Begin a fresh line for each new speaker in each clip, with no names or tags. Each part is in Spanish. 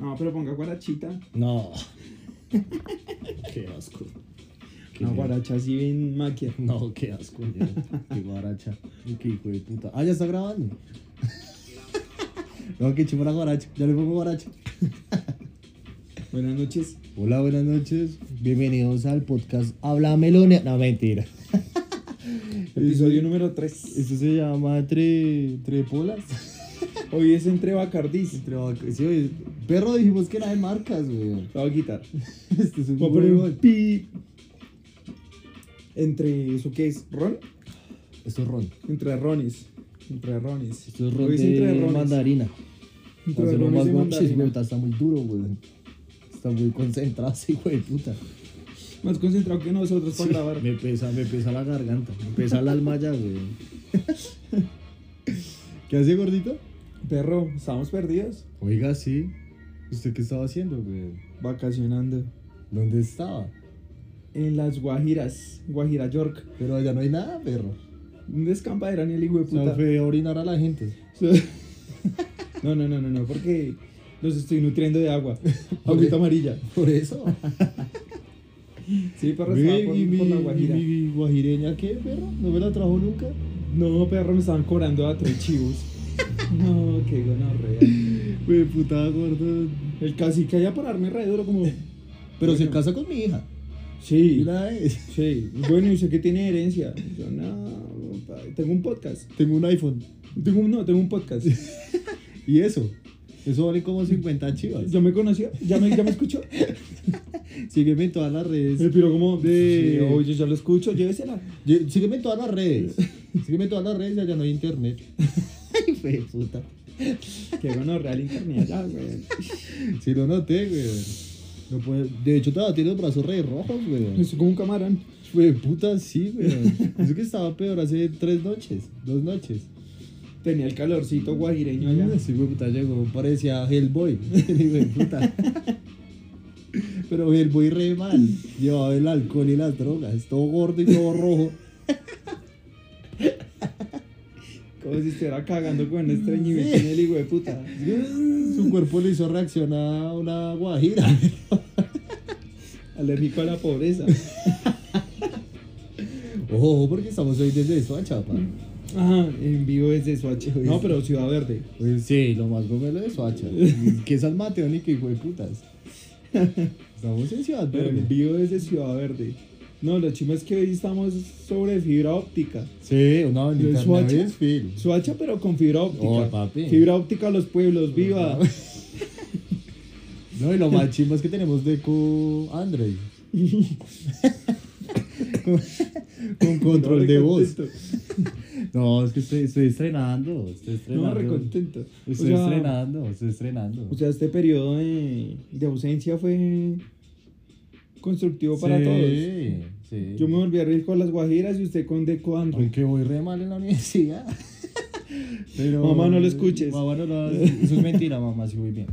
No, pero ponga guarachita.
No. qué asco. Qué
Una
miedo.
guaracha así bien maquia.
No, qué asco. ya. Qué guaracha. Qué hijo de puta. Ah, ya está grabando. no, que chimba la guaracha. Ya le pongo guaracha.
Buenas noches.
Hola, buenas noches. Bienvenidos al podcast Habla Melonia. No, mentira.
Episodio número 3.
Esto se llama Tre... Trepolas.
Hoy es entre Bacardís.
Entre vaca- Sí, oye, perro dijimos que era de marcas, güey.
La voy a quitar.
Este es un
Voy a poner
huevón.
un pi. Entre eso qué es ron,
Esto es ron.
entre ronis, entre ronis.
Esto es
Hoy
ron
es
de
entre ronis.
mandarina.
Entre
Hace lo
ronis
más
y
guapo, sí,
mandarina.
güey, está muy duro, güey. Está muy concentrado, sí, güey, puta.
Más concentrado que nosotros para grabar.
Me pesa, me pesa la garganta, me pesa el alma ya, güey. ¿Qué hace, gordito?
Perro, estamos perdidos.
Oiga, sí. ¿Usted qué estaba haciendo, güey?
Vacacionando.
¿Dónde estaba?
En las Guajiras, Guajira York.
Pero allá no hay nada, perro.
Un descampadero ni el hijo de
O sea,
puta.
fue a orinar a la gente.
No, no, no, no, no, porque los estoy nutriendo de agua. Agüita amarilla.
Por eso.
Sí, perro,
Güey,
estaba por,
¿Y mi,
por la Guajira.
y mi guajireña qué, perro? ¿No me la trajo nunca?
No, perro, me estaban cobrando a tres chivos. No, qué gonorrea.
Güey, puta gordo.
El cacique allá pararme re duro como...
Pero se
Bueno.
casa con mi hija. eh. Y
Sí,
una vez.
sí. Bueno, y sé que tiene herencia. Yo, no, pa- tengo un podcast.
Tengo un iPhone.
Tengo, un- no, tengo un podcast.
Y eso. Eso vale como 50 chivas.
¿Ya me conoció? ¿Ya me, ya me escuchó?
Sígueme en todas las redes.
El piro como...
De-
De... oye, ya lo escucho, llévesela.
Ye- Sígueme en todas las redes. Sígueme en todas las redes y allá no hay internet. Ay, fe de puta.
Qué gonorrea el internet allá, güey.
Si lo noté, güey. No puede... De hecho, estaba tiene los brazos re rojos, güey.
Estoy como un camarón.
Fue de puta, sí, güey. Eso que estaba peor hace tres noches, dos noches.
Tenía el calorcito guajireño allá.
Sí, güey, puta, llegó, parecía Hellboy. Hijo de puta. Pero Hellboy re mal. Llevaba el alcohol y las drogas. Todo gordo y todo rojo.
Como si estuviera cagando con estreñimiento en el hijo de puta.
Su cuerpo le hizo reaccionar a una guajira.
Alérgico a la pobreza.
Ojo, ojo, porque estamos hoy desde Soacha, pa.
Ajá, en vivo desde Soacha. No, pero Ciudad Verde.
Pues sí, lo más gourmet lo de Soacha. que es Mateo ni que hijo de putas. Estamos en Ciudad
Pero en
Verde.
vivo desde Ciudad Verde. No, lo chimo es que hoy estamos sobre fibra óptica.
Sí, una
¿Lo de
bonita
Soacha?
Navidad, Phil.
Soacha, pero con fibra óptica.
Oh, papi.
Fibra óptica a los pueblos, viva.
No, y lo más chimba es que tenemos Deco Andrei. con, con control de voz. No, es que estoy, estoy estrenando. Estoy
No,
estrenando.
recontento. O
Estoy
sea,
estrenando, estoy estrenando.
o sea, este periodo de, de ausencia fue constructivo para
Sí,
todos.
Sí.
Yo me volví a reír con las guajiras y usted con Deco Android.
Aunque voy re mal en la universidad. Pero,
Mamá, no lo escuches.
Mamá, no lo- Eso es mentira, mamá, sí voy bien.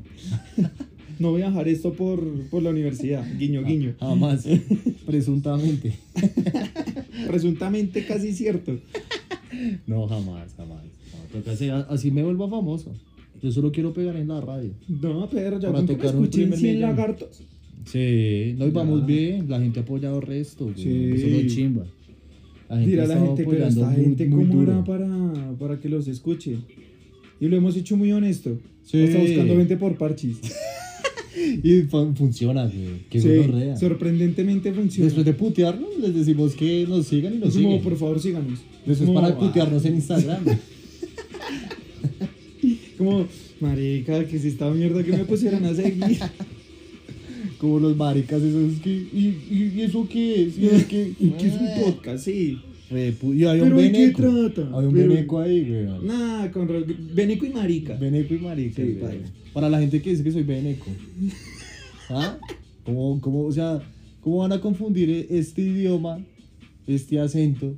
No voy a dejar esto por, por la universidad. Guiño,
Ah.
guiño.
Jamás, presuntamente.
Presuntamente casi cierto.
No, jamás, jamás. No, toca ser- así me vuelvo famoso. Yo solo quiero pegar en la radio.
No, pero ya
Para
con que me
tocar un
escuchen
primer
100
millón.
lagartos.
Sí, no, y
Ya.
vamos bien. La gente ha apoyado el resto. güey.
Sí.
Eso es lo chimba. La gente
Dirá
ha
la
estado
gente, pero
apoyando
esta
muy-
gente,
muy
¿cómo
duro.
hará para, para que los escuche? Y lo hemos hecho muy honesto.
Sí.
Está buscando 20 por parchis.
Y fun- funciona, güey. Qué
Sí,
gonorrea.
sorprendentemente funciona.
Después de putearnos, les decimos que nos sigan y nos
Es como,
siguen.
por favor, síganos.
Después
Como,
para putearnos en Instagram. güey.
ah, Como, marica, que es esta mierda que me pusieron a seguir.
Como los maricas esos que... ¿Y, y, y eso qué es? ¿Y, es que,
Y que es un podcast, sí.
podcast? Y hay un
Pero ¿de qué
veneco.
trata?
Hay un
Pero-
veneco ahí, güey.
Nah, con ro- Beneco y marica.
Veneco y marica.
Sí,
güey.
paila.
Para la gente que dice que soy veneco. ¿Ah? ¿Cómo, cómo, o sea, ¿Cómo van a confundir e- este idioma, este acento,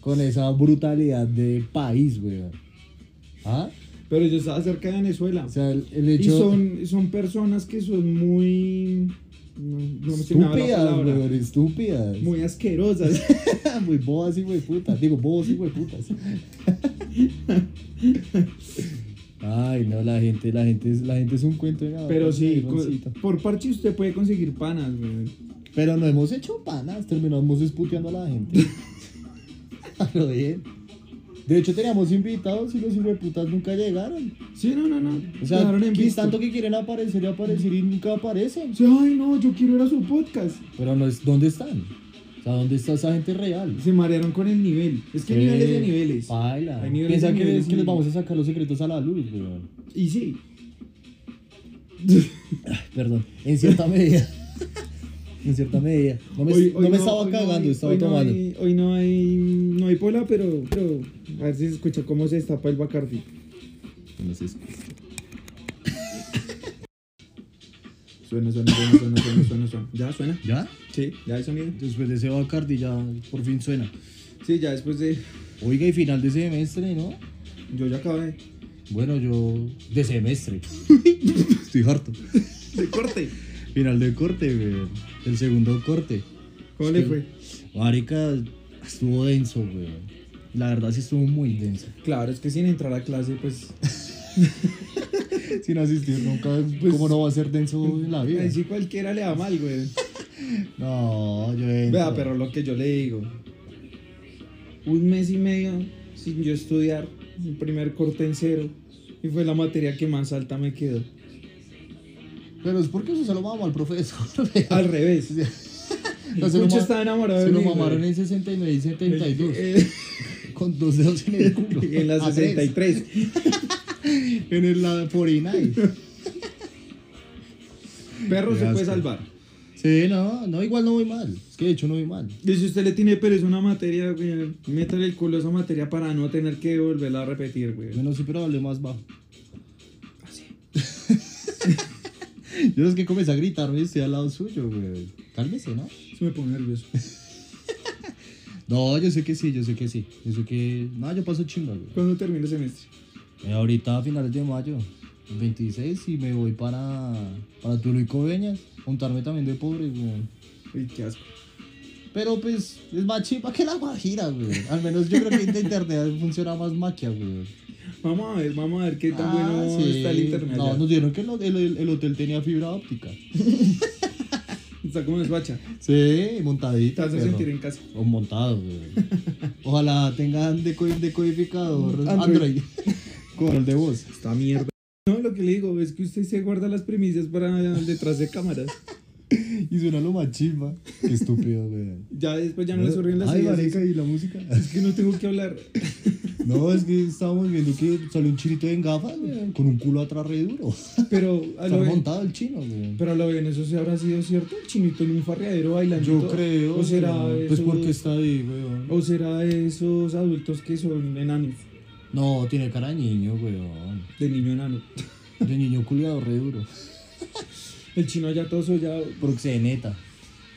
con esa brutalidad de país, güey? ¿Ah?
Pero yo estaba cerca de Venezuela.
O sea, el, el
y
hecho...
son, son personas que son muy. No, no me se me va la
Estúpidas,
palabra.
güey, estúpidas.
Muy asquerosas.
muy bobas y güey putas. Digo, bobos y güey putas. Ay, no, la gente, la gente, es- la gente es un cuento de nada.
Pero sí, co-
Ivoncito.
por parche usted puede conseguir panas, weón.
Pero no hemos hecho panas, terminamos esputeando a la gente. a lo bien. De hecho, teníamos invitados y los putas nunca llegaron.
Sí, no, no, no.
O sea,
Quedaron en
que-
visto.
tanto que quieren aparecer y aparecer y nunca aparecen.
Sí, Ay, no, yo quiero ir a su podcast.
Pero no es, ¿dónde están? O sea, ¿dónde está esa gente real?
Se marearon con el nivel. Es que hay niveles de
Eh,
niveles.
Baila.
Hay niveles
Piensa
de
que,
niveles
es que les
muy-
vamos a sacar los secretos a la luz, weón.
Y sí.
Perdón. En cierta medida. en cierta medida. No me, no me estaba
hoy no
cagando,
hay-
estaba
hoy
tomando.
No hay, hoy no hay, no hay pola, pero, pero a ver si se escucha cómo se destapa el Bacardi.
No sé, es-
Suena, suena, suena, suena, suena, suena, suena. ¿Ya suena?
¿Ya?
Sí, ya hay sonido.
Después de ese Bacardi ya por fin suena.
Sí, ya después de.
Oiga, y final de semestre, ¿no?
Yo ya acabé.
Bueno, yo. De semestre. Estoy harto.
De corte.
Final de corte, weón. El segundo corte.
¿Cómo le fue?
Marica, estuvo denso, weón. La verdad sí estuvo muy denso.
Claro, es que sin entrar a clase, pues.
Sin asistir nunca,
Pues-
¿cómo no va a ser denso en la vida?
Ay, sí, cualquiera le da mal, güey.
No, yo entro.
Vea, pero lo que yo le digo. Un mes y medio sin yo estudiar, mi primer corte en cero. Y fue la materia que más alta me quedó.
Pero es porque eso se lo mamó al profesor.
Al revés.
No, se lo
Pucho
ma-
estaba enamorado
Se
de
lo
mí, güey.
mamaron en 69 y 72.
Eh,
con dos dedos en el culo.
En la
A tres.
63.
En el la 49.
Perro
Qué
se puede
asco.
salvar.
Sí, no, no, igual no voy mal. Es que de hecho no voy mal.
Y si usted le tiene pereza a una materia, güey, métale el culo a esa materia para no tener que volverla a repetir, güey.
Yo no sé, pero hablé más bajo.
Así.
Yo es que comencé a gritarme y estoy al lado suyo, güey. Cálmese, ¿no?
Se me pone nervioso.
No, yo sé que sí, yo sé que sí. Yo sé que. No, yo paso chimba, güey.
¿Cuándo termina el semestre?
Eh, ahorita a finales de mayo, el 26, y me voy para, para Tuluy Coveñas, juntarme también de pobres, güey.
Uy, qué asco.
Pero pues es más chimba que la Guajira, güey. Al menos yo creo que de internet funciona más maquia, güey.
Vamos a ver, vamos a ver qué tan
Ah,
bueno
sí.
está el internet.
No,
allá.
nos dijeron que el, el- el hotel tenía fibra óptica.
Está como despacha.
Sí,
Te
montadita.
vas a
perro.
sentir en casa.
O montado, güey. Ojalá tengan deco- decodificador
Android.
Android. Con el de voz.
Esta mierda. No, lo que le digo es que usted se guarda las premisas para detrás de cámaras.
Y suena lo más chimba. Qué estúpido, güey.
Ya después ya no le surgen las
Ay,
ideas.
marica, ¿y la música?
Es que no tengo que hablar.
No, es que estábamos viendo que salió un chinito en gafas, güey, con un culo atrás re duro.
Pero a
Está
lo bien,
montado el chino, güey.
pero a lo bien eso se habrá sido cierto. El chinito en un farreadero bailando. y
Yo
todo.
creo.
O será,
güey.
esos,
Pues porque está ahí, güey.
o será esos adultos que son enanos.
No, tiene cara de niño, güey.
De niño enano.
De niño culiado re duro.
El chino ya todo sollado.
Proxeneta.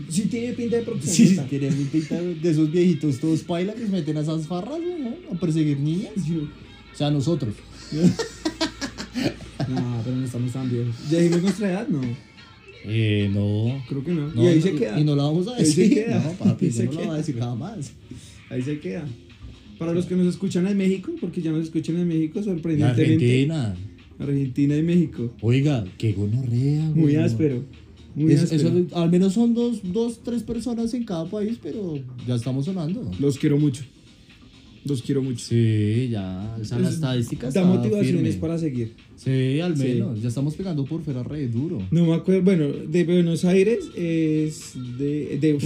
Sí tiene pinta de proxeneta.
Sí, sí, tiene mi pinta de de esos viejitos todos paila que se meten a esas farras, güey, ¿no? a perseguir niñas.
Sí.
O sea, nosotros.
No, pero no estamos tan viejos. Ya dijimos nuestra edad, no.
Eh, no.
Creo que no.
No,
y ahí
no,
se queda.
Y no la vamos a
Ahí se
decir.
queda.
No, papi,
Ahí
yo
se
no la
queda.
voy a decir jamás.
Ahí se queda. Para los que nos escuchan en México, porque ya nos escuchan en México, sorprendentemente. Argentina y México.
Oiga, qué gonorrea, güey.
Muy áspero. Muy
Es-
áspero.
eso- al menos son dos, dos, tres personas en cada país, pero ya estamos sonando.
Los quiero mucho. Los quiero mucho.
Sí, ya. O sea, la estadística
Da
está
motivaciones
firme.
para seguir.
Sí, al
Sí.
menos. Ya estamos pegando por fuera re duro.
No me acuerdo. Bueno, de Buenos Aires es de. De,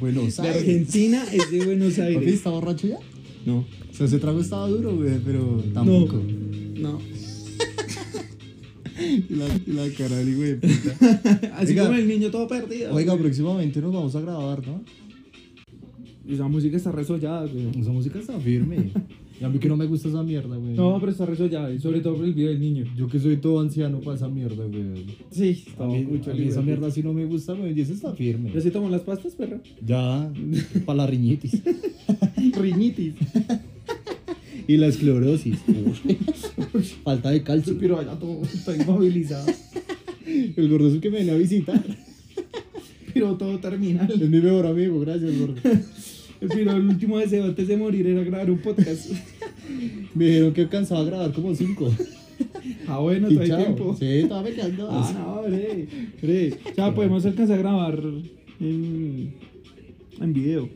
Bueno,
de Argentina es de Buenos Aires.
¿Está borracho ya?
No.
O sea, ese trago estaba duro, güey, pero tampoco.
No.
Y, la, y la cara del hijo de puta.
Así
Oiga.
como el niño todo perdido.
Oiga, próximamente nos vamos a grabar, ¿no?
Esa música está resollada, güey.
Esa música está firme. Y a mí que no me gusta esa mierda, güey.
No, pero está resollada. y Sobre todo por el video del niño.
Yo que soy todo anciano para esa mierda, güey.
Sí, está
A mí,
mucho
a
el
mí
hijo
esa
de
mierda sí no me gusta, güey. Y esa está
¿Ya
firme.
se tomó las pastas, perro?
Ya, para la riñitis.
Riñitis.
Y la esclerosis. Falta de calcio.
Pero allá todo está inmovilizado.
El gordo es el que me viene a visitar.
Pero todo terminal.
Es mi mejor amigo, gracias, gordo.
Pero el último deseo antes de morir era grabar un podcast.
Me dijeron que alcanzaba a grabar como cinco.
Ah, bueno,
Y
trae
chao.
tiempo.
Sí, todavía me quedan dos.
Ah, no, bre, bre. O sea, podemos alcanzar a grabar en, en video.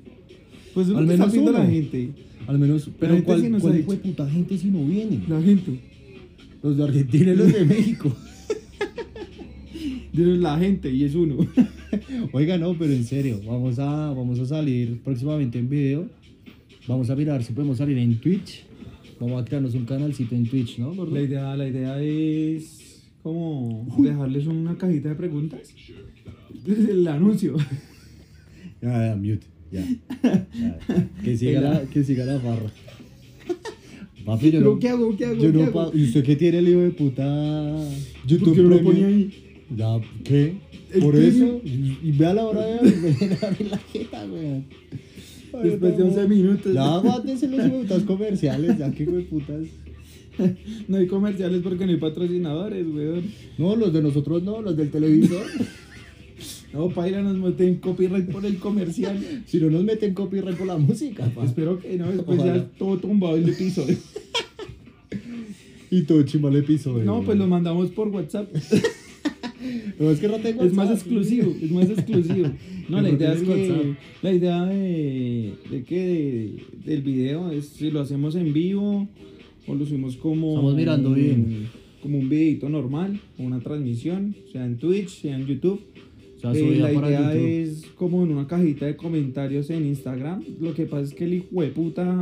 Pues
Al
Al menos
menos
viendo
uno.
la gente.
Al menos, pero
gente
¿cuál,
sí nos
cuál
ha
hijo de puta gente si no vienen?
La gente.
Los de Argentina y los de México.
Dieron la gente y es uno.
Oiga, no, pero en serio, vamos a, vamos a salir próximamente en video. Vamos a mirar si podemos salir en Twitch. Vamos a crearnos un canalcito en Twitch, ¿no, gordo?
La idea, la idea es como dejarles una cajita de preguntas. El anuncio.
Ah, Ya, ya, mute. Ya. Ya. Que, siga la, que siga la farra. Papi, yo
Pero,
no,
¿qué hago? ¿Qué hago?
yo
¿Qué
no
hago?
pa- ¿Y usted qué tiene el hijo de puta? YouTube
¿Por qué no lo
Premium?
ponía ahí?
Ya, ¿qué?
El
Por
premium.
eso. Y y ve a la hora de de abrir la jeta, weón. Ay,
Después de
no.
11 minutos.
Ya, aguántense los putas comerciales, ya que putas.
No hay comerciales porque no hay patrocinadores, weón.
No, los de nosotros no, los del televisor.
No, Paila nos meten copyright por el comercial.
si no nos meten copyright por la música, pa.
Espero que no, después
Ojalá.
ya todo tumbado el episodio.
Y todo chimba el episodio.
No, pues lo mandamos por WhatsApp.
No, es que no tengo
Es más
WhatsApp.
exclusivo, es más exclusivo. No,
Yo
la
creo
idea
que
es
es
que
WhatsApp.
la idea de, de que de- del video es si lo hacemos en vivo o lo subimos como
Estamos mirando bien.
como un videito normal, una transmisión, sea en Twitch, sea en YouTube.
O sea,
Eh,
subida
la
para
idea
YouTube.
es como en una cajita de comentarios en Instagram. Lo que pasa es que el hijo de puta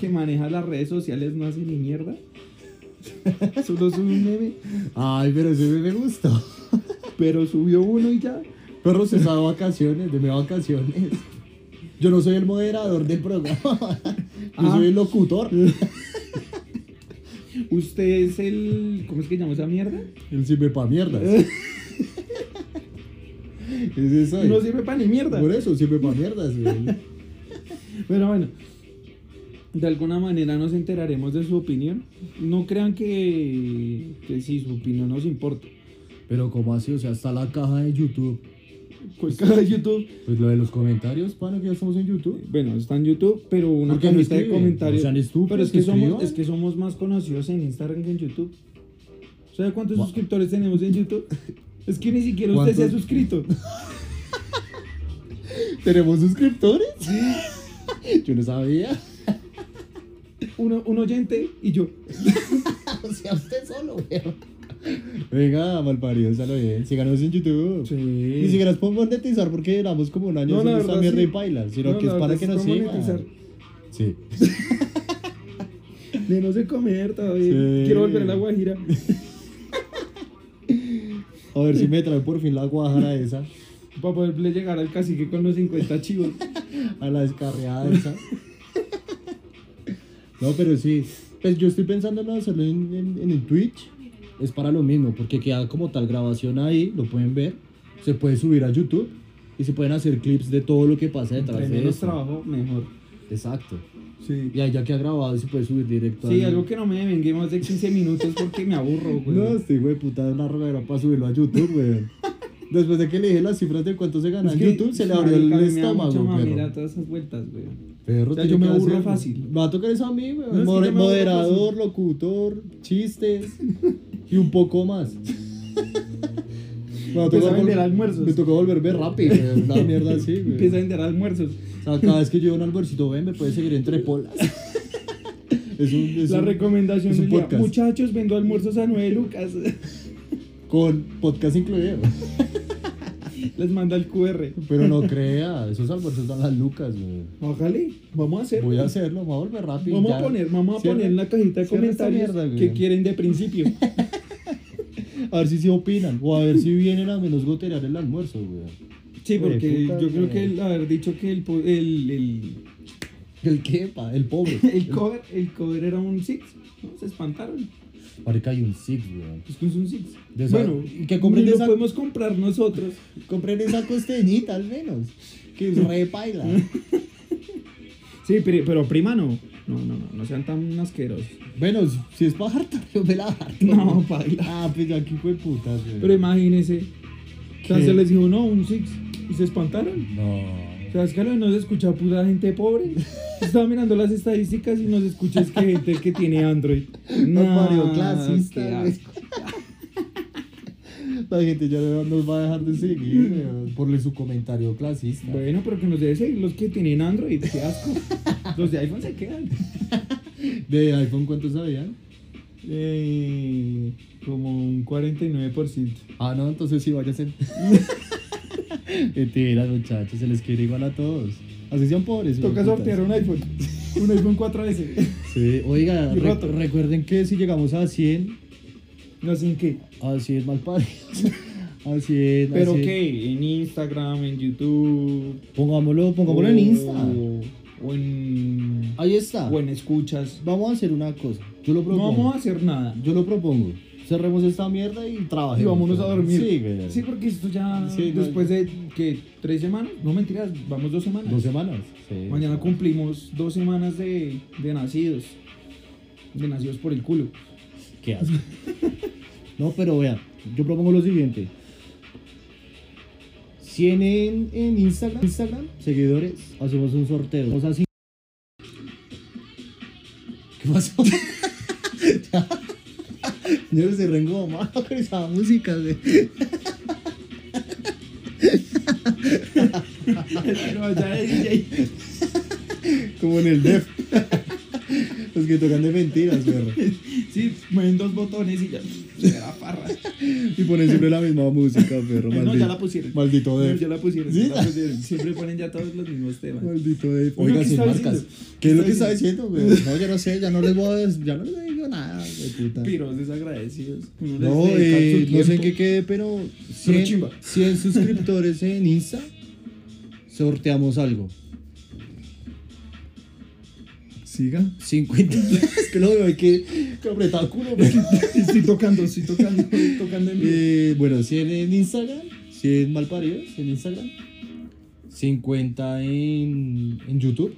que maneja las redes sociales no hace ni mierda. Solo sube un meme,
Ay, pero ese me gustó.
pero subió uno y ya.
Perro se sabe vacaciones, de mi vacaciones. Yo no soy el moderador del programa. Yo
Ah.
soy el locutor.
Usted es el. ¿Cómo es que llama esa mierda?
El sirve pa' mierdas. Ese es eso.
No sirve para ni mierda.
Por eso, sirve pa' mierdas, güey.
Pero bueno, de alguna manera nos enteraremos de su opinión. No crean que, que sí, su opinión nos importa.
Pero como así, o sea, está la caja de YouTube.
Pues cada YouTube.
Pues lo de los comentarios, pana, que ya estamos en YouTube.
Bueno, está en YouTube, pero una
¿Por qué no
cajita de
escriben?
comentarios.
No sean estúpidos,
pero es
que
que, somos,
escriban.
es que somos más conocidos en Instagram que en YouTube. ¿Sabe cuántos
Gua-
suscriptores tenemos en YouTube? Es que ni siquiera usted se ha
¿Cuántos?
suscrito.
¿Tenemos suscriptores? Yo no sabía.
Uno- un oyente y yo.
O sea, usted solo, güey. Venga, malparido, salo bien. Síganos en YouTube. Ni siquiera es por monetizar porque llevamos como un año
No, la
haciendo esta
verdad,
mierda
sí.
y paila, sino
No,
que
la
es para
verdad,
que
sí
nos
es por
sigan.
monetizar.
Sí.
De no sé comer todavía.
Sí.
Quiero volver a la Guajira.
A ver si me trae por fin la guajara esa,
Para poderle llegar al cacique con los 50 chivos.
a la descarriada esa. No, pero sí. Pues yo estoy pensando en hacerlo en, en- en el Twitch. Es para lo mismo, porque queda como tal grabación ahí, lo pueden ver. Se puede subir a YouTube y se pueden hacer clips de todo lo que pasa detrás
Entre
de
menos
esto.
trabajo, mejor.
Exacto.
Sí.
Y ahí ya que ha grabado y se puede subir directo
Sí,
al-
algo que no me vengue más de 15 minutos porque me aburro, güey.
No, este güey puta es una rogadera para subirlo a YouTube, güey. Después de que le dije las cifras de cuánto se gana
Es
en
que,
YouTube, se le
marica,
abrió el
me da mucha
estómago,
mamera
perro.
todas esas vueltas, güey.
Perro,
O sea,
¿tú
yo
qué
me
vas a
aburro
hacer?
fácil.
Va a tocar eso a mí, güey.
No, es que yo me aburro
moderador, locutor, chistes y un poco más. Me va a
Empieza a
tocar
vender
vol-
almuerzos.
Me tocó volverme rápido, güey. Una mierda así, güey.
Empieza a vender almuerzos.
O sea, cada vez que yo un almuercito, ven, me puede seguir entre polas. Es un, es
La
un-
recomendación
es un
del día,
podcast.
Muchachos, vendo almuerzos a 9 lucas.
Con podcast incluido.
Les manda el QR.
Pero no crea, esos almuerzos dan las lucas, güey.
Ojalá, vamos a hacer.
Voy a hacerlo, vamos a volver rápido.
Vamos a
ya.
poner, vamos a
Cierra-
poner en la cajita de
cierra esta
comentarios
mierda, güey.
que quieren de principio.
A ver si se opinan, o a ver si vienen a menos gotear el almuerzo, güey.
Sí,
Güey,
porque
puta
yo creo
madre.
que el haber dicho que el, po- el, el,
El qué, pa, el pobre.
el cover, el cover era un six, ¿no? Se espantaron.
Marica, hay un six, güey.
Es que es un six.
De esa-
bueno,
y que compren
ni lo
esa-
podemos comprar nosotros.
Compren esa costeñita al menos, que es re paila.
Sí, pero, pero prima no. No, no, no, no sean tan asquerosos.
bueno, si- si es para harto, yo me la harto.
No, paila.
Ah, pues aquí fue putas, güey.
Pero imagínense. O sea,
¿Qué?
se les dijo, no, un six. Y se espantaron.
No.
¿Sabes que no se escucha pura gente pobre? Estaba mirando las estadísticas y nos escucha es que gente que tiene Android.
No, Mario,
qué
clasista. güey.
asco.
La gente ya no nos va a dejar de seguir eh, por su comentario clasista.
Bueno, pero que nos debe seguir los que tienen Android, qué asco. Los de iPhone se quedan.
¿De iPhone cuántos sabían?
Eh, como un 49%.
Ah, no, entonces sí, váyanse. Mentira, muchachos, se les quiere igual a todos. Así sean pobres.
Toca
hijueputas.
sortear un iPhone. Un iPhone 4S.
Sí, oiga,
Y
re-
roto.
recuerden que si llegamos a 100,
No sé en qué.
a 100 mal paridos. A 100, a
Pero
100.
qué, en Instagram, en YouTube.
Pongámoslo, pongámoslo en
o-
Insta. Ah.
O en.
Ahí está.
O en escuchas.
Vamos a hacer una cosa. Yo lo
No
propongo.
vamos a hacer nada.
Yo lo propongo. Cerremos esta mierda y trabajemos.
Y vámonos a dormir.
Sí, güey.
Sí, porque esto ya.
Sí, no,
después de que tres semanas. No mentiras, vamos dos semanas.
Dos semanas. Sí.
Mañana cumplimos dos semanas de, de nacidos. De nacidos por el culo.
Qué asco. no, pero vean, yo propongo lo siguiente. 100 en, en Instagram, Instagram, seguidores, hacemos un sorteo. O sea, sí. ¿Qué pasó? Yo se rengo más con esa música, güey.
Pero ya de DJ.
Como en el def. Los que tocan de mentiras, perro.
Sí, mueven dos botones y ya. Se la parra.
Y ponen siempre la misma música, perro.
No, ya la pusieron.
Maldito
No,
def.
ya la pusieron,
¿Sí?
ya la pusieron. Siempre ponen ya todos los mismos temas.
Maldito Dave.
Oiga,
Oiga,
¿qué
sin
está
marcas.
diciendo?
¿Qué es lo que
está
está diciendo, güey? No, yo no sé, ya no les voy a des- ya no les digo nada, güey, puta.
Piros desagradecidos. Uno les
No,
dedica
eh,
su
no sé en
tiempo.
qué quede, pero
Pero
100,
chimba.
100 suscriptores en Insta, sorteamos algo.
Siga.
50. es que lo veo, hay que, que apretar culo, güey.
Estoy tocando, estoy tocando, estoy tocando en vivo.
Eh, bueno, 100 en Instagram, 100 malparidos en Instagram, 50 en, en YouTube.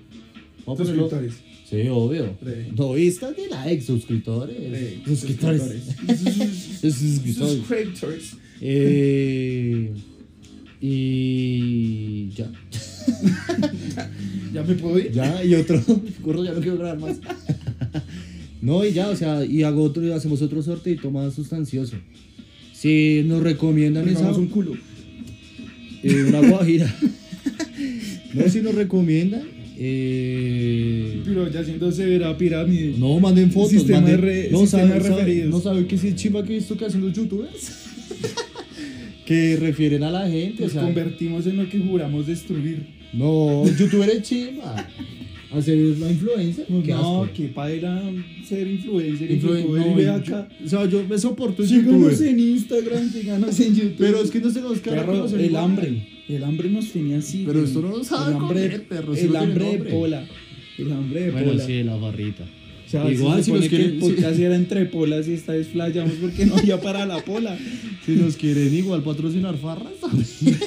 Vamos a ponerlo-
Suscriptores.
Sí, obvio.
Re.
No, vistas de like, suscriptores.
Re,
suscriptores. Sus- suscriptores.
Suscriptores.
Eh, y ya.
Ya me puedo ir.
Ya, y otro. Gordo, ya no quiero grabar más. No, y ya, o sea, y hago otro, y hacemos otro sorteo más sustancioso. Si nos recomiendan esa,
Tengamos un culo.
eh, una guajira. no, si nos recomiendan. eh,
Pero ya siendo severa pirámide.
No, manden fotos.
Sistema
manden-
de re-
no
sistema
saben
de
saben-
referidos.
no saben que si es chimba que esto que hacen los youtubers. que refieren a la gente. O
Nos
sea,
convertimos en lo que juramos destruir.
no, youtuber es chimba. Hacer la influencia. qué
no,
asco.
que paila ser influencer.
Influen-
youtuber,
no,
y ve
yo-
acá.
O sea, yo me soporto en youtuber.
Síganos en Instagram, síganos en YouTube.
Pero es que no se nos queda
Perro,
reconocer
el
igual.
hambre. El hambre nos tenía así.
Pero
güey.
esto no lo sabe
El hambre,
comer, perro, si
El
no tiene
hambre de
nombre.
pola. El hambre de
Bueno,
pola.
sí, la barrita.
O sea,
Igual,
se
si
supone
nos
que
quieren-
el podcast era entre polas y esta vez flayamos porque no había para la pola.
Si nos quieren igual patrocinar farras, también.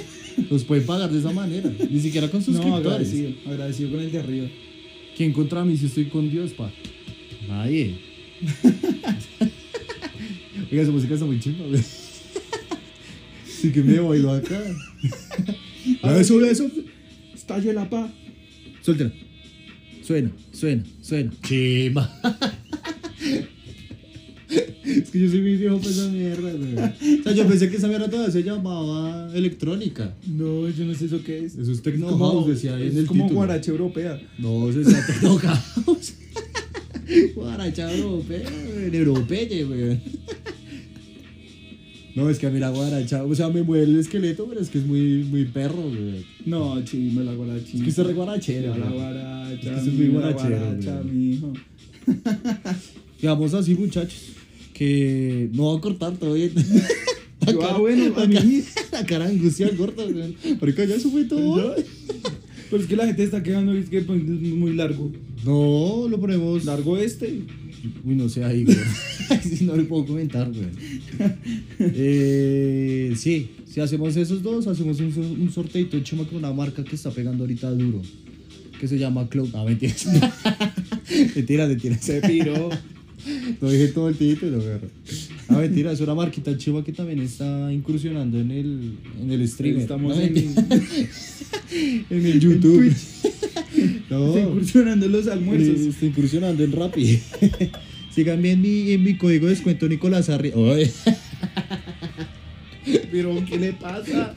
nos pueden pagar de esa manera. Ni siquiera con
No,
suscriptores.
agradecido. Agradecido con el de arriba.
¿Quién contra mí si estoy con Dios, pa? Nadie. Oiga, su música está muy chimba, güey. Sí que me bailo acá. A ver, sube eso.
Estalle la pa.
Suéltala. Suena, suena, suena. Chimba. Es que yo soy muy viejo para esa mierda, güey. O sea, yo pensé que esa mierda todavía se llamaba electrónica.
No, yo no sé eso qué es.
Eso es techno
como-
house, decía ahí en
es
el
como
título.
guarache europea.
No, se está techno house. Guaracha europea, güey, europea, güey. No, es que a mí la guaracha, o sea, me mueve el esqueleto, pero es que es muy, muy perro, güey.
No, chimba la guarache.
Es que usted es re guarachero,
La
güey.
guaracha.
Es que soy muy
mi, la
guarachero,
guaracha,
güey.
mijo.
Quedamos así, muchachos. Que no va a cortar todo bien.
Yo, ah, bueno, a mí.
La cara de angustia corta, güey. Porque ya eso fue todo.
Pero Pues es que la gente está quedando es que pues, es muy largo.
No, lo ponemos.
Largo este.
Uy, no sé ahí, güey. Sí, no le puedo comentar, güey. Eh, sí, si hacemos esos dos, hacemos un, so- un sorteito chuma con una marca que está pegando ahorita duro. Que se llama Cloud. Ah, mentiras. mentiras, mentiras.
Se piró.
Lo dije todo el título, perro. Ah, mentira, es una marquita chiva que también está incursionando en el, en el streaming.
Estamos
No,
en.
mentira. en el YouTube.
Está incursionando en los almuerzos.
Eh, Está incursionando en Rappi. Sigan bien mi, en mi código de descuento Nicolás Arri. Oye,
Pero, ¿qué le pasa?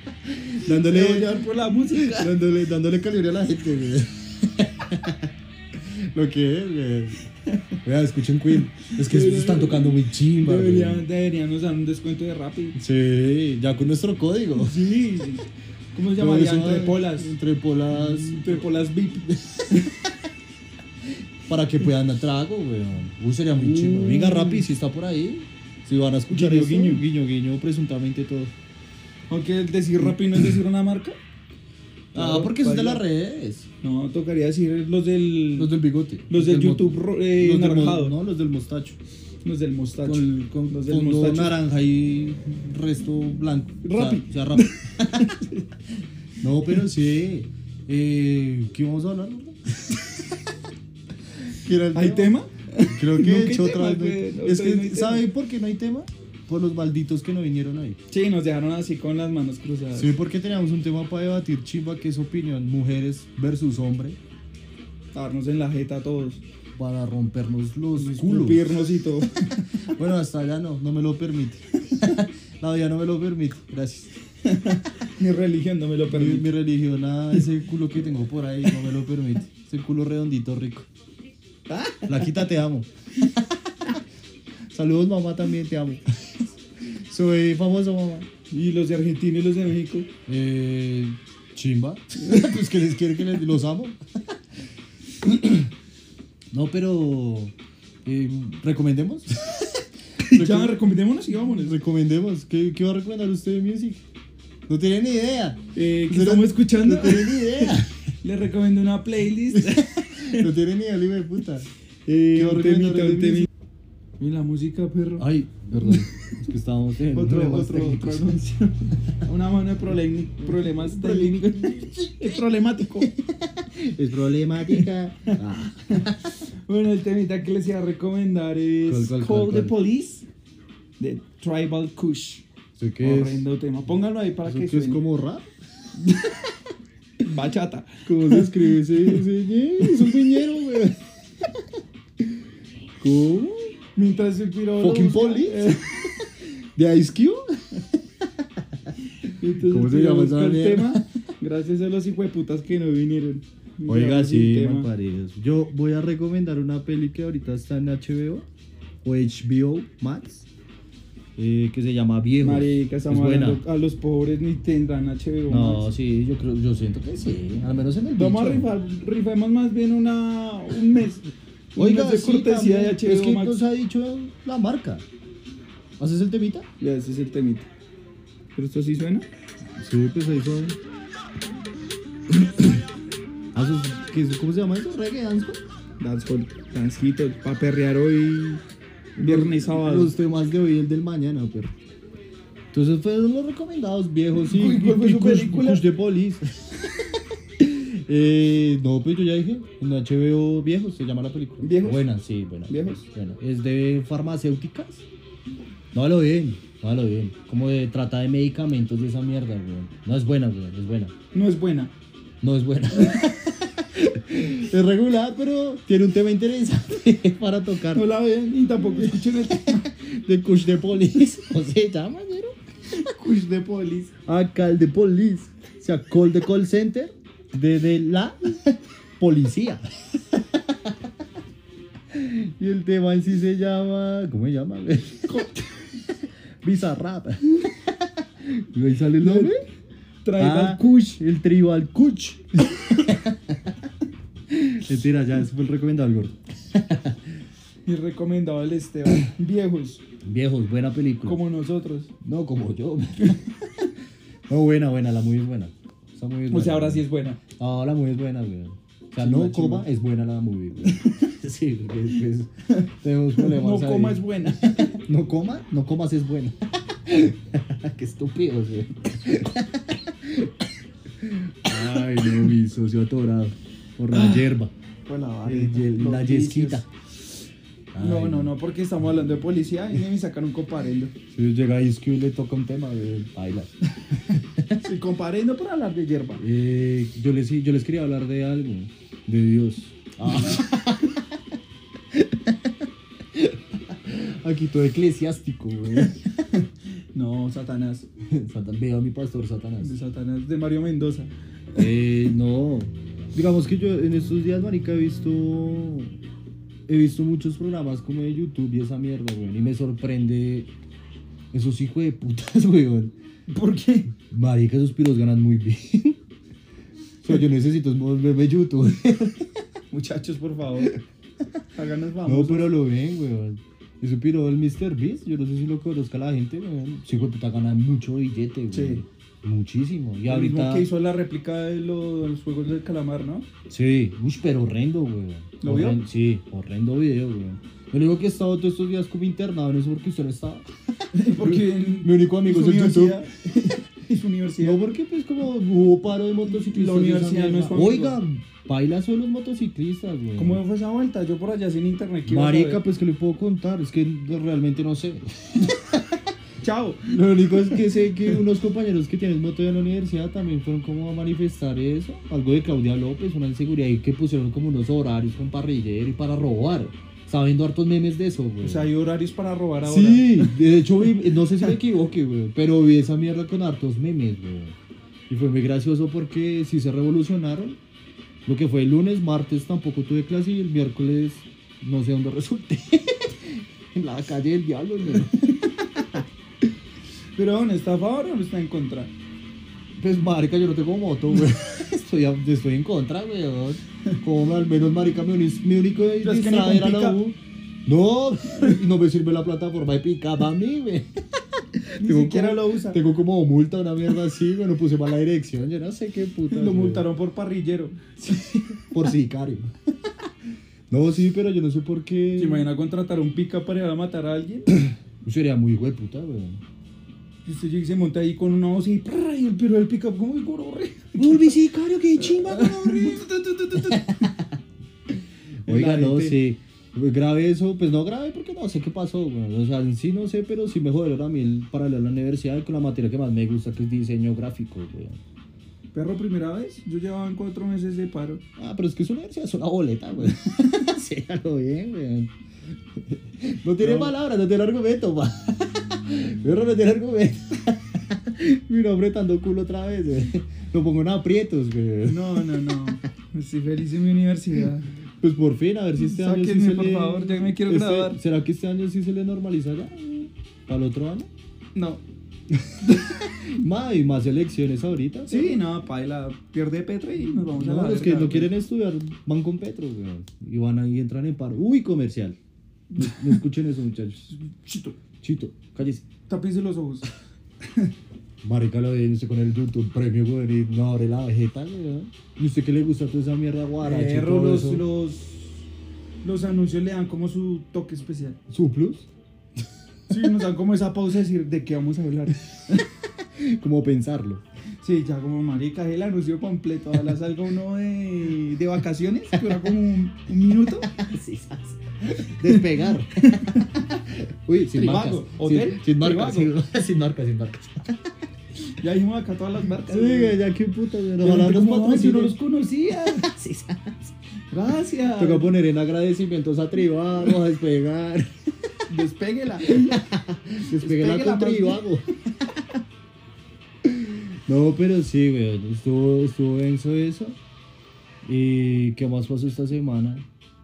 dándole,
Me voy a llevar por la música.
dándole, dándole caloría a la gente, güey. Lo que es, güey. Vea, escuchen Queen. Es que
Deberían-
están tocando muy chimba, güey.
Deberían, deberían usar un descuento de Rappi.
Sí, ya con nuestro código.
Sí. ¿Cómo se llamaría?
Pero eso- eh.
Entre polas.
Entre polas.
Entre polas VIP.
Para que puedan dar trago, weón. Uy, sería muy chimba.
Uy.
Venga, Rappi, si está por ahí. Si van a escuchar
Mm. Guiño,
eso.
guiño.
guiño, guiño, presuntamente todo.
Aunque el decir Rappi no es decir una marca.
Ah, porque eso es de las redes.
No, tocaría decir los del.
Los del bigote.
Los del
mo-
YouTube ro- eh,
los del mo-
naranjado.
No, los del mostacho.
Los del mostacho.
Con, con
los del
fondo
mostacho.
naranja y resto blanco.
Rappi.
O sea, o sea, Rappi. no, pero sí. Eh, ¿Qué vamos a hablar? Lorna? ¿Qué era el
¿Hay tema?
Creo
No,
que
¿qué
he hecho otra
tema,
vez. no
güey? No,
hay- es
todavía
que,
no hay tema.
¿sabe por qué no hay tema? Por los malditos que no vinieron ahí.
Sí, nos dejaron así con las manos cruzadas.
Sí, porque teníamos un tema para debatir, chimba, que es opinión, mujeres versus hombre,
A darnos en la jeta a todos.
para rompernos los culos.
Escupirnos y todo.
Bueno, hasta allá no, no me lo permite. La vida no me lo permite, gracias.
Mi religión no me lo
Mi,
permite.
mi religión, ah, ese culo que tengo por ahí, no me lo permite. Ese culo redondito rico. Flaquita, te amo. Saludos, mamá, también te amo. Soy famoso, mamá.
Y los de Argentina y los de México.
Eh, chimba. pues que les quiero que les, los amo. no, pero eh, recomendemos.
Ya, recomendémonos y vámonos.
recomendemos. ¿Qué, qué va a recomendar usted de Music? No tiene ni idea.
Eh, ¿Qué estamos escuchando?
No tiene ni idea.
Les recomiendo una playlist.
no tiene ni idea, el hijo de puta.
Eh, un
horrible,
temita, un
horrible.
temita. Y la música, perro.
Ay, perdón. Es que estábamos en
otro, otro, otro anuncio. Una mano de problem- problemas técnicos. es problemático.
Es problemática. Ah,
Bueno, el temita que les iba a recomendar es
¿Cuál, cuál,
Call
cuál,
the
cuál?
Police de Tribal Kush.
¿Eso qué es?
Horrendo tema. Pónganlo ahí para
¿Eso
que
qué es
suene.
como rap?
bachata.
¿Cómo se escribe ese, ese ñe? Es un viñero, güey. ¿Cómo?
Mientras el piro lo
¿Fucking
busca,
Police?
eh,
¿De Ice Cube?
mientras
¿Cómo
el
se
piro
llama
busca
esa
el
mierda?
tema. Gracias a los hijueputas que no vinieron.
Oiga,
Quedamos sin
sí,
tema.
malparidos. Yo voy a recomendar una peli que ahorita está en HBO o HBO Max eh, que se llama Viejo.
Marica,
es
estamos
buena.
hablando a los pobres ni tendrán HBO.
No,
Max.
sí, yo creo, yo siento que sí, al menos en el
Vamos a
bicho.
rifar, rifemos más bien una, un mes. Un
Oiga,
mes de
sí,
cortesía de
también.
HBO
es que
Max.
nos ha dicho la marca. ¿Haces el temita?
Ya, ese es el temita. ¿Pero esto sí suena?
Sí, pues ahí fue. Ah, eso es- ¿qué es- ¿Cómo se llama eso? ¿Reggae dance?
Dancehall, dancejito, para perrear hoy, viernes, sábado.
Los temas de hoy, el del mañana, pero. Entonces fueron los recomendados viejos, sí.
Uy, ¿cuál fue
y
su
Cush-
película?
Cush de Police. Eh, no, pues yo ya dije, en HBO Viejos se llama la película.
¿Viejos?
Buena, sí, buena. pues,
¿Viejos?
Buena. Es de farmacéuticas. No lo bien, no lo bien. Como de trata de medicamentos de esa mierda, weón. No es buena, weón, es buena.
No es buena.
No es buena. es regular, pero tiene un tema interesante para tocar.
No la ven y tampoco escuchen el
De Cush de Police. ¿O se llama, negro?
Kush de Polis.
Acal de Police. O sea, call de call center. De, de la policía. Y el tema en sí se llama. ¿Cómo se llama? güey? Bizarrap. ¿Y ahí sale el nombre?
Tribal
Ah,
Kush.
El tribal Kush. Mentira, ya, eso fue el recomendado al gordo.
Y recomendado el Esteban. Viejos,
Viejos, buena película.
como nosotros.
No, como yo. no, buena, buena, la movie es buena. Esa movie es
O
buena.
sea, ahora sí es buena.
Ah, la movie es buena, güey. O sea,
Chimba,
no coma,
chimba.
es buena la movie, güey. sí, porque después tenemos
No
problemas
coma
ahí.
es buena.
No coma, no comas es buena. Qué estúpidos, güey. Ay, no, mi socio atorado. Por la
Ah,
yerba.
Eh,
El ye- la yesquita.
No, no, no, porque estamos hablando de policía y me sacaron comparendo.
eh, Si llega ahí, es que le toca un tema, güey. Baila.
Sí, compadre, no por hablar de hierba.
Eh, yo, les, yo les quería hablar de algo.
De Dios. Ah. Aquí todo eclesiástico, güey.
No, Satanás.
Satan- Veo a mi pastor Satanás.
De Satanás, de Mario Mendoza.
Eh, no. Digamos que yo en estos días, marica, he visto. He visto muchos programas como de YouTube y esa mierda, güey. Y me sorprende esos hijos de putas, güey.
¿Por qué?
Marica, esos piros ganan muy bien.
O sea, yo necesito es volverme YouTube.
Muchachos, por favor. Háganos
No,
vamos.
pero lo ven, weón. Y su piro el Mr. Beast, yo no sé si lo conozca la gente, weón. Sí, güey, puta, gana mucho billete, weón.
Sí.
Muchísimo. Y
El mismo
ahorita.
que hizo la réplica de los juegos del calamar, ¿no?
Sí.
Uy, pero horrendo, güey.
¿Lo vio?
Horren- Sí, horrendo video, güey.
Yo le digo que he estado todos estos días como internado, no es porque usted no estaba.
Porque en-
Mi único amigo
y su
es el YouTube.
universidad- Y su universidad.
No, porque pues como hubo paro de motociclistas.
La universidad no
esa
es
mierda.
su amigo.
Oiga, baila solo los motociclistas, güey.
¿Cómo fue esa vuelta? Yo por allá sin internet. ¿qué iba a
Marica,
saber?
pues que le puedo contar, es que realmente no sé.
Chao.
Lo único es que sé que unos compañeros que tienen moto de la universidad también fueron como a manifestar eso. Algo de Claudia López, una inseguridad y que pusieron como unos horarios con parrillero y para robar. Está viendo hartos memes de eso, güey.
O sea, hay horarios para robar ahora.
sí, de hecho, vi- no sé si me equivoqué, güey, pero vi esa mierda con hartos memes, güey. Y fue muy gracioso porque sí se revolucionaron. Lo que fue el lunes, martes tampoco tuve clase y el miércoles no sé dónde resulté. en la calle del diablo, güey.
Pero bueno, ¿está a favor o está en contra?
Pues marica, yo no tengo moto, güey. Estoy, a- estoy en contra, güey. Como al menos marica, mi, uni- mi único
Pero es que ni
distrae
con
era la
pica.
U. No, y no me sirve la plataforma de pica para mí, güey.
Ni
Tengo
siquiera
como-
lo usa.
Tengo como multa, una mierda así, güey. No puse mala dirección, yo no sé qué puta.
Lo multaron por parrillero.
Por sicario. No, sí, pero yo no sé por qué.
¿Se imagina contratar un pica para ir a matar a alguien?
Sería muy güey, puta, güey.
Y usted llega y se monta ahí con una voz y, prrr, y el pero del pick-up como el gororre.
Volví sicario, qué chimba, güey. Oiga,
La
no,
gente.
sí. Grave eso, pues no grave porque no sé qué pasó, güey. O sea, en sí no sé, pero sí me jodieron a mí el paralelo a la universidad con la materia que más me gusta, que es diseño gráfico, güey.
Perro, primera vez. Yo llevaba cuatro meses de paro.
Ah, pero es que es una universidad, es una boleta, güey. Séalo bien, güey. No tiene
No.
palabras, no tiene argumento, pa. Pero no tiene argumento. Mi nombre tanto culo otra vez, güey. Lo pongo en aprietos, güey.
No, no, no. Estoy feliz en mi universidad.
Pues por fin, a ver si este año sí
Sáquenme,
se
por
le...
favor, ya me quiero
este-
graduar.
¿Será que este año sí se le normaliza ya? güey? ¿Para el otro año?
No.
Más, y más elecciones ahorita.
Sí, no, paila. Pierde Petra y nos vamos a
No,
la
los
verga.
que no quieren estudiar van con Petro, güey. Y van ahí y entran en paro. Uy, comercial. No, no escuchen eso, muchachos.
Chito,
Chito, cállese.
tápense los ojos.
Marica lo de irse con el YouTube premio, güey. Y no abre la vegeta, güey. ¿Y usted qué le gusta toda esa mierda guaracha? y
Perro,
todo
los,
eso?
los, los anuncios le dan como su toque especial.
¿Su plus?
Sí, nos dan como esa pausa de decir de qué vamos a hablar.
Como pensarlo.
Sí, ya como marica, el anuncio completo. Ahora salga uno de, de vacaciones, que dura como un, un minuto.
Ah, Despegar. Uy, sin
Trivago,
marcas.
hotel,
sin, sin marcas.
Trivago.
Sin, sin marcas, sin marcas.
Ya dijimos acá todas las marcas.
Sí, güey, ya qué puta, güey. Ojalá
Ojalá
nos
si no
patrocinen.
los conocía. Gracias.
Toca poner en agradecimientos a Trivago, a despegar.
Despeguela.
Despeguela
Despéguela,
con Trivago. No, pero sí, güey. Estuvo, estuvo denso eso. ¿Y qué más pasó esta semana?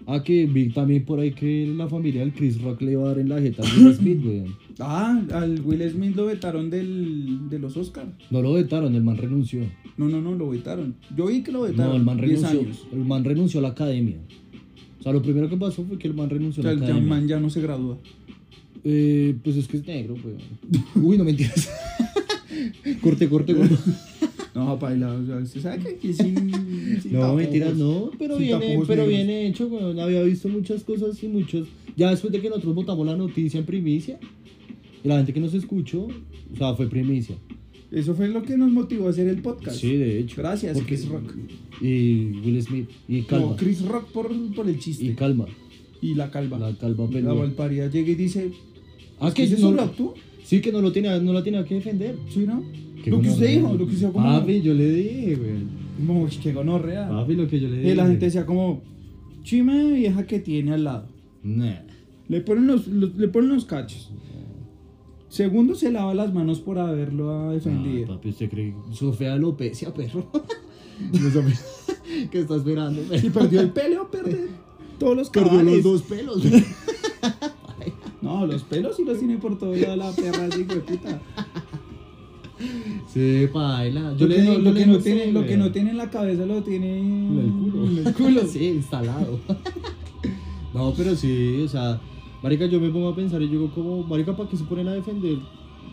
Ah, que vi también por ahí que la familia del Chris Rock le va a dar en la jeta a Will Smith, güey.
Ah, al Will Smith lo vetaron del, de los Oscar.
No lo vetaron, el man renunció.
No, no, no, lo vetaron. Yo vi que lo vetaron.
No, el man
10
renunció.
años.
El man renunció a la academia. O sea, lo primero que pasó fue que el man renunció
O sea,
a
el
la
ya-
academia.
man ya no se gradúa.
Eh, pues es que es negro, güey. Uy, no mentiras. corte, corte, corte.
No, paila, o sea, usted sabe que aquí sin, sin
No,
tapujos.
mentiras, no. Pero
Sin
viene,
tapujos
pero
negros.
viene hecho, güey. Había visto muchas cosas y muchos. Ya después de que nosotros votamos la noticia en primicia, y la gente que nos escuchó, o sea, fue primicia.
Eso fue lo que nos motivó a hacer el podcast.
Sí, de hecho.
Gracias,
Porque-
Chris Rock.
Y Will Smith. Y Calma.
No, Chris Rock por, por el chiste.
y
Y,
Calma.
la calva.
La
La,
Calva
valparía
peluda.
llega y dice,
Ah,
¿qué
que
es
no-
eso, Rock, tú?
Sí, que no, lo tenía, no la tenía que defender.
¿Sí, no?
Qué
Lo que usted
gonorrea.
dijo, lo que usted dijo como-
Papi, yo le dije, güey.
Como, "Uy, qué gonorrea.
Papi, lo que yo le dije.
Y Eh, la gente decía como, chima de vieja que tiene al lado.
Nah.
Le ponen los, los- le ponen los cachos. Segundo se lava las manos por haberlo
Ah,
defendido.
papi, ¿usted cree que sufre alopecia, perro? No sabe- ¿Qué está esperando?
y
perro?
perdió el pelo, perdió todos los
Perdió los
cabales.
dos pelos.
No, los pelos sí los tiene por todo lado la perra así, güey, puta.
Se baila.
Lo que no- lo que no tiene- lo que no
tiene
tiene en la cabeza lo tiene
en el culo.
En el culo.
sí, instalado. no, pero sí, o sea, marica, yo me pongo a pensar y yo digo como, marica, ¿para qué se ponen a defender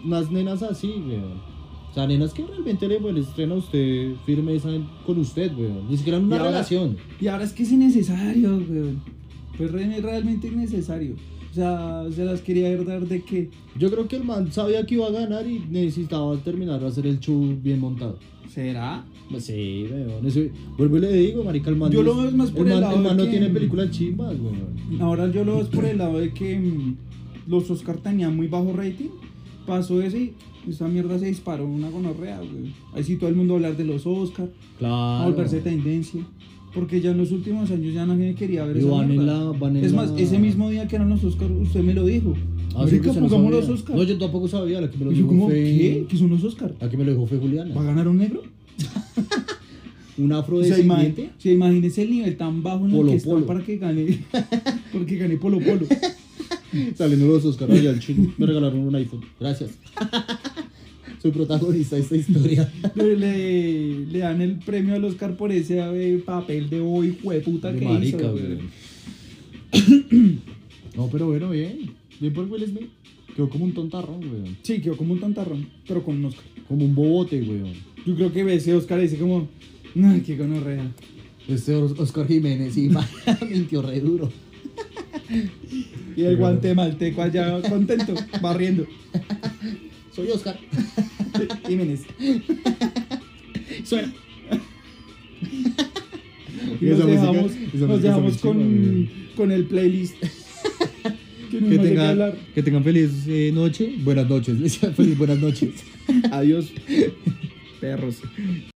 unas nenas así, weón? O sea, nenas que realmente le pues, estrena a usted firmeza en- con usted, weón. Ni siquiera en
Y
una
ahora-
relación.
Y ahora es que es innecesario, weón. Pues re- realmente innecesario. O sea, se las quería ver dar de que.
Yo creo que el man sabía que iba a ganar y necesitaba terminar de hacer el show bien montado.
¿Será?
Pues Sí, weón. Eso, vuelvo y le digo, marica, el man.
Yo lo
es-
veo más por el
el man,
lado
el man
de
no
que-
tiene películas chimbas, weón.
Ahora yo lo veo es por el lado de que mm, los Oscar tenían muy bajo rating. Pasó ese y esta mierda se disparó una gonorrea, weón. Ahí sí todo el mundo va a hablar de los Oscar,
Claro.
a volverse tendencia. Porque ya en los últimos años ya nadie quería ver
Y
esa
van en
mierda.
la- van en
es más,
la-
ese mismo día que eran los Oscar, usted me lo dijo.
Ah, sí,
Marica,
que se no
pongamos los
sabía.
Oscar.
No, yo tampoco sabía, la que me lo
Y yo
dijo
como,
fue...
¿qué? ¿Qué son los Oscar?
La que me lo dijo fue
¿Va a
Juliana.
ganar un negro?
Un
O sea,
afrodescendiente.
imagi- o sea, imagínese el nivel tan bajo en
Polo
el que está
Polo.
para que gane, porque gane Polo Polo.
Saliendo los Oscar y al chino. Me regalaron un iPhone. Gracias. Soy protagonista de esta historia.
Le, le- le dan el premio al Oscar por ese eh, papel de hoy, hueputa
De
que
marica,
hizo.
güey.
güey.
No, pero bueno, bien. Bien por Will Smith. Quedó como un tontarrón, güey.
Sí, quedó como un tontarrón, pero con un Oscar.
Como un bobote, güey.
Yo creo que ese Oscar dice como, ay, qué gonorrea.
Este Os- Oscar Jiménez, sí, man, mintió re duro.
Y el guante malteco allá contento, barriendo.
Soy Oscar.
Jiménez.
Suena.
Y
Esa
nos
música-
dejamos,
esa
nos
música está
dejamos
muy chimba,
con,
güey.
con el playlist. que no hay más
Que,
de qué
tengan,
hablar.
que tengan feliz eh, noche. Buenas noches. Les decía feliz buenas noches.
Adiós, perros.